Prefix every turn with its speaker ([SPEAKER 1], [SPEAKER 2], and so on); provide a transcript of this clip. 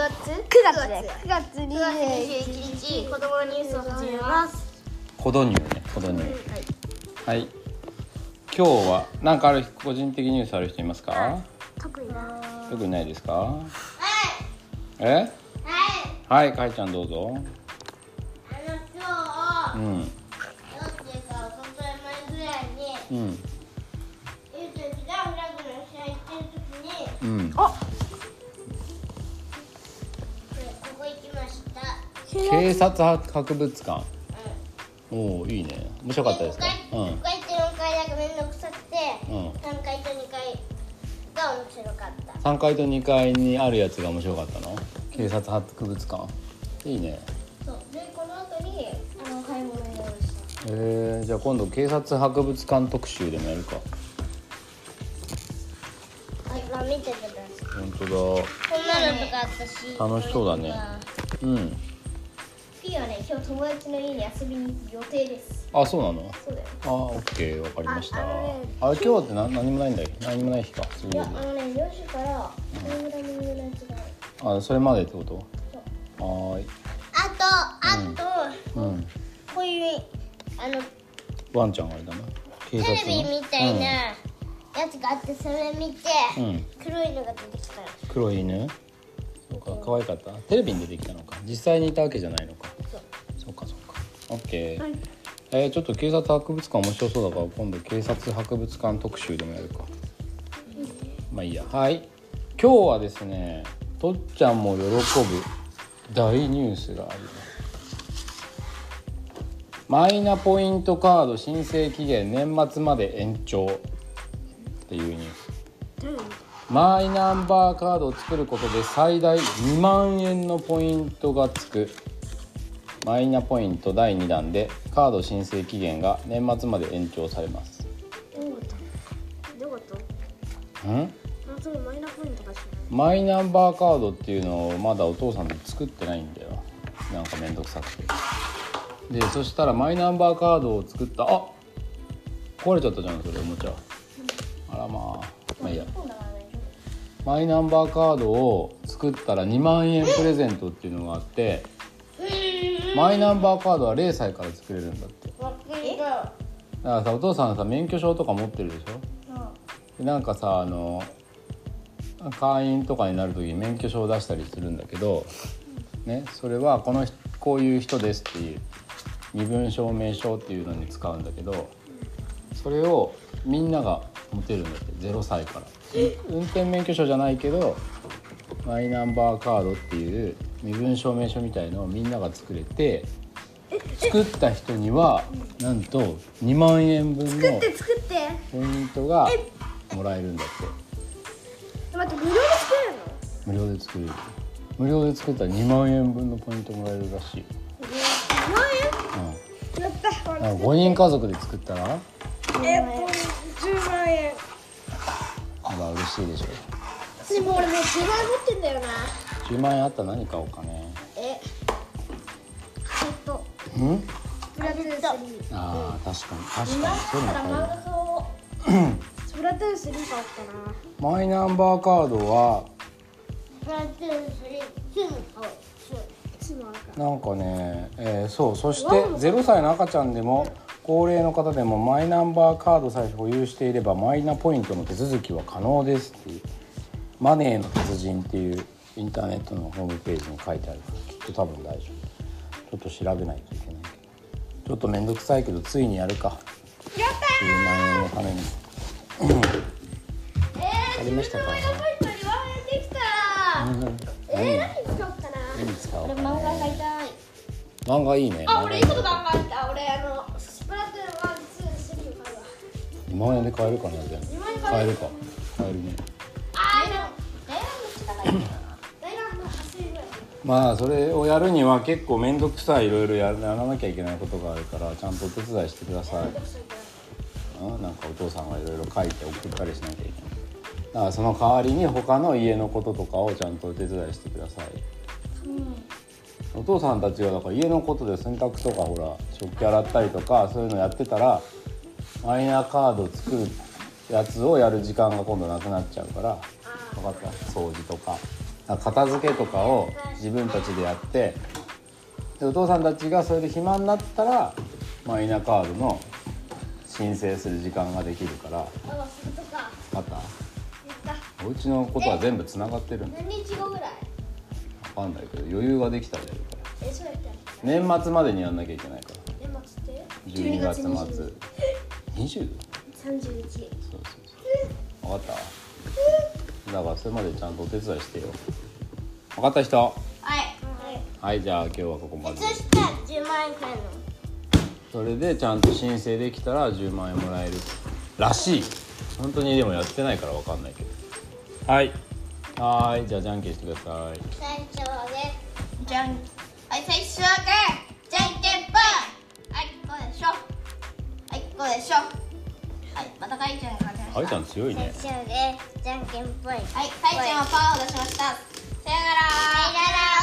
[SPEAKER 1] 月で
[SPEAKER 2] 9月9
[SPEAKER 1] 9月21日子供のニュースを始めます
[SPEAKER 3] ほど乳ねほど乳
[SPEAKER 1] はい
[SPEAKER 3] はい今日はなんかある個人的ニュースある人いますか
[SPEAKER 1] 特になは
[SPEAKER 3] 特にないですかえ
[SPEAKER 1] いはい
[SPEAKER 3] はいかいちゃんどうぞ
[SPEAKER 1] あの今日
[SPEAKER 3] うん
[SPEAKER 1] どうっていうかおととい前ぐらいに
[SPEAKER 3] うん
[SPEAKER 1] ゆうたちがフラグの試合行ってる時に
[SPEAKER 3] うん
[SPEAKER 1] ここ行きました
[SPEAKER 3] 警察博物館
[SPEAKER 1] うん
[SPEAKER 3] おおいいね面白かったですかう
[SPEAKER 1] 5
[SPEAKER 3] ん
[SPEAKER 1] 回と4回なんかめんどくさくて、
[SPEAKER 3] うん
[SPEAKER 1] 3回と2回が面白かった
[SPEAKER 3] 3階と2階にあるやつが面白かったの警察博物館いいね
[SPEAKER 1] そうでこの後にあの買い物に用意した
[SPEAKER 3] えー、じゃあ今度警察博物館特集でもやるか
[SPEAKER 1] はい、まあ、見ててくださ
[SPEAKER 3] 本当
[SPEAKER 1] いこんなのとかあったし
[SPEAKER 3] 楽しそうだねだうん
[SPEAKER 1] ピーはね今日友達の家に遊びに行く予定です
[SPEAKER 3] あそうなの
[SPEAKER 1] そうだよ
[SPEAKER 3] あーオッケーわかりました
[SPEAKER 1] あ
[SPEAKER 3] あ
[SPEAKER 1] あのね
[SPEAKER 3] れ今日って何何もないんだっけ何もない日か水
[SPEAKER 1] い
[SPEAKER 3] 曜
[SPEAKER 1] や
[SPEAKER 3] 日
[SPEAKER 1] あのね4時からタイムライングのやつがある
[SPEAKER 3] あそれまでってこと
[SPEAKER 1] そう
[SPEAKER 3] はーい
[SPEAKER 1] あとあと、
[SPEAKER 3] うん
[SPEAKER 1] こういうあの
[SPEAKER 3] ワンちゃんあれだな警
[SPEAKER 1] テ
[SPEAKER 3] 察の
[SPEAKER 1] レビみたいなやつがあってそれ見て、
[SPEAKER 3] うん、うん
[SPEAKER 1] 黒いのが出てきたら
[SPEAKER 3] 黒い犬そうか可愛かったテレビに出てきたのか実際にいたわけじゃないのか
[SPEAKER 1] そう
[SPEAKER 3] そうかそうかオッケー、えーちょっと警察博物館面白そうだから今度警察博物館特集でもやるか、まあいいやはい今日はですねとっちゃんも喜ぶ大ニュースがありますマイナポイントカード申請期限年末まで延長っていうニュースマイナンバーカードを作ることで最大2万円のポイントがつくマイナポイント第2弾でカード申請期限が年末まで延長されます
[SPEAKER 2] どういうことどういうこと
[SPEAKER 3] ん
[SPEAKER 2] あそうマイナポイントかし
[SPEAKER 3] マイナンバーカードっていうのをまだお父さんで作ってないんだよなんかめんどくさくてでそしたらマイナンバーカードを作ったあ壊れちゃったじゃんそれおもちゃあらまあまあいいや
[SPEAKER 1] 今度はね
[SPEAKER 3] マイナンバーカードを作ったら2万円プレゼントっていうのがあってマイナンバーカードは0歳から作れるんだってだからさお父さんさ免許証とか持ってるでしょでなんかさあの会員とかになる時に免許証を出したりするんだけど、ね、それはこの人こういう人ですっていう身分証明書っていうのに使うんだけどそれをみんなが持てるんだって0歳から運転免許証じゃないけどマイナンバーカードっていう身分証明書みたいのをみんなが作れて作った人にはなんと2万円分の
[SPEAKER 2] ら作って
[SPEAKER 3] ポイントがもらえるんだって
[SPEAKER 2] 待って無料で作れるの
[SPEAKER 3] 無料で作れる無料で作ったら2万円分のポイントもらえるらしい、
[SPEAKER 2] 2万円やった
[SPEAKER 3] う
[SPEAKER 2] こ
[SPEAKER 3] ん、だから5人家族で作ったら
[SPEAKER 2] れえっと10万円
[SPEAKER 3] まだ嬉しいでしょ
[SPEAKER 2] でも俺もう10万円持ってんだよな
[SPEAKER 3] 10万円あったら何買おうかね
[SPEAKER 2] えちょっと
[SPEAKER 3] うん
[SPEAKER 2] プラトゥー3
[SPEAKER 3] あー確かに確かにそういうの買える
[SPEAKER 2] プラトゥー3買おうかな
[SPEAKER 3] マイナンバーカードは
[SPEAKER 1] プラトゥーン3に買おう
[SPEAKER 2] 1万円か
[SPEAKER 3] なんかね、えーそうそして0歳の赤ちゃんでも高齢の方でもマイナンバーカードさえ保有していればマイナポイントの手続きは可能ですっていう「マネーの達人」っていうインターネットのホームページに書いてあるからきっと多分大丈夫ちょっと調べないといけないけどちょっと面倒くさいけどついにやるか
[SPEAKER 2] やった
[SPEAKER 3] 10万円のために
[SPEAKER 2] え
[SPEAKER 3] ありましたか
[SPEAKER 2] イント2万円できたえ何に使おうかな
[SPEAKER 3] 何使おうか、
[SPEAKER 1] 漫画買
[SPEAKER 3] ね、
[SPEAKER 1] いたい
[SPEAKER 3] 漫画いいね
[SPEAKER 2] あ、俺いいこと考えた。俺あのスプラトゥーンワンツースリー買うわ。
[SPEAKER 3] 2万円で買えるかな全部
[SPEAKER 2] 万円
[SPEAKER 3] 買えるか買えるね
[SPEAKER 2] あー、でもダイヤモンドしかない。ダイヤモンド八千円ぐらい。
[SPEAKER 3] まあそれをやるには結構面倒くさいいろいろやらなきゃいけないことがあるからちゃんとお手伝いしてください、うん、なんかお父さんがいろいろ書いて送ったりしなきゃいけないだからその代わりに他の家のこととかをちゃんとお手伝いしてください、お父さんたちがだから家のことで洗濯とかほら食器洗ったりとかそういうのやってたらマイナカード作るやつをやる時間が今度なくなっちゃうから分かった掃除とかあ片付けとかを自分たちでやってでお父さんたちがそれで暇になったらマイナカードの申請する時間ができるから
[SPEAKER 2] あそういうことか
[SPEAKER 3] また
[SPEAKER 2] やった
[SPEAKER 3] お家のことは全部つながってるんだ
[SPEAKER 2] 何日後ぐらい
[SPEAKER 3] わかんないけど余裕ができたらやるから
[SPEAKER 2] えそうやったっ
[SPEAKER 3] 年末までにやんなきゃいけないから
[SPEAKER 2] け年末って
[SPEAKER 3] 12
[SPEAKER 1] 12月
[SPEAKER 3] 月末
[SPEAKER 1] 末
[SPEAKER 3] 20?
[SPEAKER 1] 三十一。
[SPEAKER 3] そうそうそう分かっただからそれまでちゃんとお手伝いしてよ分かった人
[SPEAKER 2] はい
[SPEAKER 3] はいじゃあ今日はここまで
[SPEAKER 2] そしたら10万円くらいの
[SPEAKER 3] それでちゃんと申請できたら10万円もらえるらしい本当にでもやってないから分かんないけどはいはーいじゃあじゃんけんしてください
[SPEAKER 2] 最初はねじゃんはい最初はグーじゃんけんぽんはいこうでしょはいこうでしょはいまたかいちゃんが勝ちました
[SPEAKER 3] はいちゃん強いね
[SPEAKER 1] じゃあね、じゃんけんぽい。
[SPEAKER 2] はいかいちゃんはパーを出しましたさよならさよなら